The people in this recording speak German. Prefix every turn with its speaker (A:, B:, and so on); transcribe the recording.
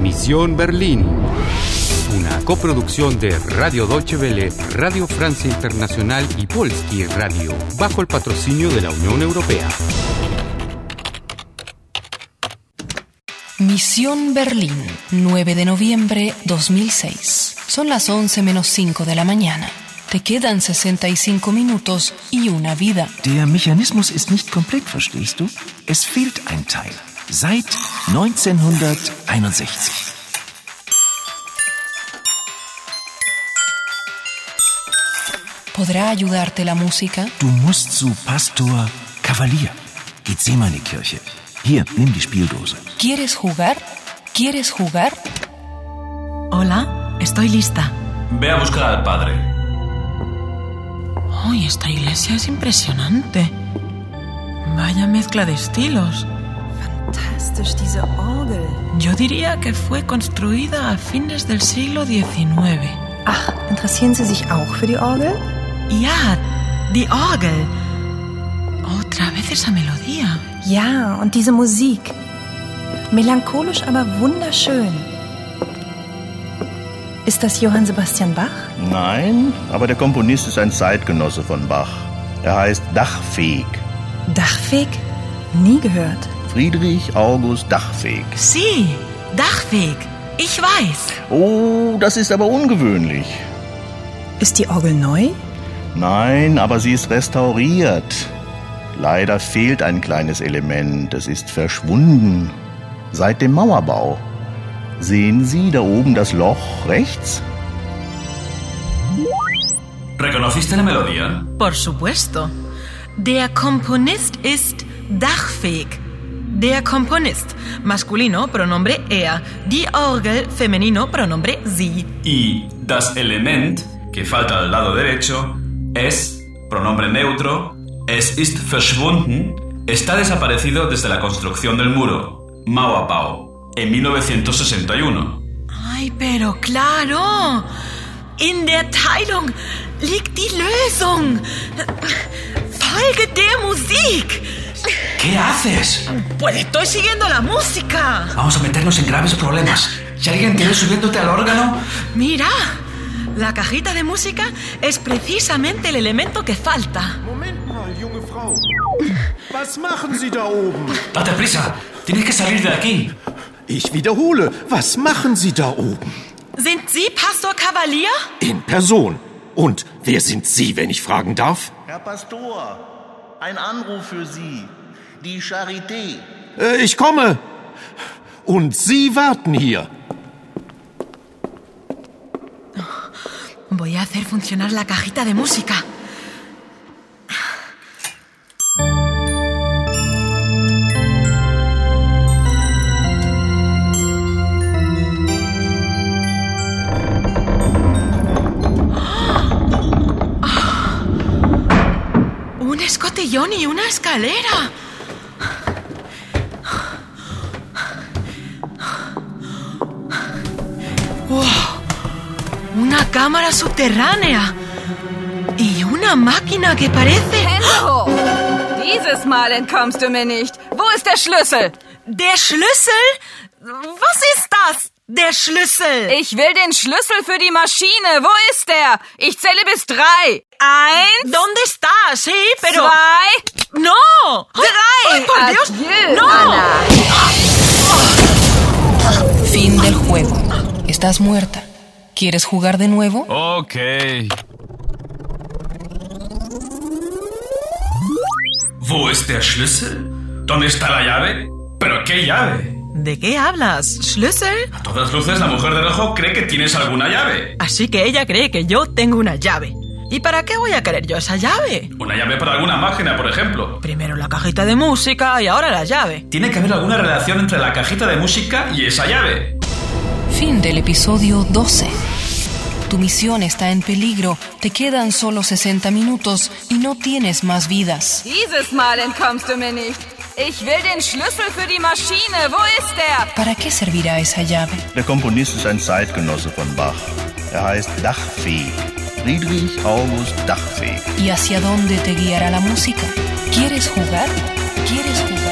A: Misión Berlín. Una coproducción de Radio Deutsche Welle, Radio Francia Internacional y Polski Radio, bajo el patrocinio de la Unión Europea.
B: Misión Berlín, 9 de noviembre 2006. Son las 11 menos 5 de la mañana. Te quedan 65 minutos y una vida.
C: Der Mechanismus ist nicht komplett, verstehst du? Es fehlt ein Teil. Seit 1961.
B: ¿Podrá ayudarte la música?
C: Du musst zu Pastor Kavalier. Geh zehnmal in die Kirche. Hier, nimm die Spieldose.
B: ¿Quieres jugar? ¿Quieres jugar?
D: Hola, estoy lista.
E: Ve a buscar al padre.
D: Uy, esta iglesia es impresionante. Vaya mezcla de estilos.
F: Fantastisch, diese Orgel.
D: Yo diría que fue construida a fines del siglo XIX.
F: Ach, interessieren Sie sich auch für die Orgel?
D: Ja, die Orgel. ah, Otra vez esa melodía.
F: Ja, und diese Musik. Melancholisch, aber wunderschön. Ist das Johann Sebastian Bach?
G: Nein, aber der Komponist ist ein Zeitgenosse von Bach. Er heißt Dachfeg.
F: Dachfeg? Nie gehört.
G: Friedrich August Dachfeg.
D: Sí, Dachweg. Ich weiß.
G: Oh, das ist aber ungewöhnlich.
F: Ist die Orgel neu?
G: Nein, aber sie ist restauriert. Leider fehlt ein kleines Element. Es ist verschwunden. Seit dem Mauerbau. Sehen Sie da oben das Loch rechts?
E: ¿Reconociste la melodía?
D: Por supuesto. Der Komponist ist Dachfeg. Der Komponist, masculino, pronombre er. Die Orgel, femenino, pronombre sie.
E: Y das Element, que falta al lado derecho, es, pronombre neutro, es ist verschwunden, está desaparecido desde la construcción del muro, Mauerbau, en 1961.
D: Ay, pero claro. In der Teilung liegt die Lösung. Folge der Musik.
H: ¿Qué haces? Ah.
D: Pues estoy siguiendo la música.
H: Vamos a meternos en graves problemas. Si alguien te ve subiéndote al órgano,
D: Mira, la cajita de música es precisamente el elemento que falta.
I: Moment mal, junge Frau. Was machen Sie da oben?
H: date prisa. Tienes que salir de aquí.
I: Ich wiederhole, was machen Sie da oben?
D: Sind Sie Pastor Cavalier?
I: In Person. Und wer sind Sie, wenn ich fragen darf?
G: Herr Pastor, ein Anruf für Sie. Die Charité.
I: Äh, ich komme. Und Sie warten hier.
D: Voy a hacer funcionar la cajita de música. Un escotillón y una escalera. ¡Wow! Una cámara subterránea. Y una máquina que parece...
J: Hände hoch! Dieses Mal entkommst du mir nicht. Wo ist der Schlüssel?
D: Der Schlüssel? Was ist das? Der Schlüssel.
J: Ich will den Schlüssel für die Maschine. Wo ist der? Ich zähle bis drei. Eins,
D: ¿Dónde está? Sí, pero...
J: zwei,
D: ¡No!
J: drei.
D: ¡Ay, por Dios!
J: Adieu,
D: ¡No!
J: Anna.
B: Fin del juego. Estás muerta. ¿Quieres jugar de nuevo?
E: Ok.
H: ¿Wo ist der Schlüssel?
E: ¿Dónde está la llave? ¿Pero qué llave?
D: ¿De qué hablas? ¿Schlüssel?
E: A todas luces, la mujer del ojo cree que tienes alguna llave.
D: Así que ella cree que yo tengo una llave. ¿Y para qué voy a querer yo esa llave?
E: Una llave para alguna máquina, por ejemplo.
D: Primero la cajita de música y ahora la llave.
E: Tiene que haber alguna relación entre la cajita de música y esa llave.
B: Fin del episodio 12. Tu misión está en peligro. Te quedan solo 60 minutos y no tienes más vidas.
J: Dieses Mal entkommst du mir nicht. Ich will den Schlüssel für die Maschine. Wo ist der?
B: ¿Para qué servirá esa llave?
G: Der Komponist ist ein Zeitgenosse von Bach. Er heißt Dachfeg. Friedrich August Dachfeg.
B: ¿Y hacia dónde te guiará la música? ¿Quieres jugar? ¿Quieres jugar?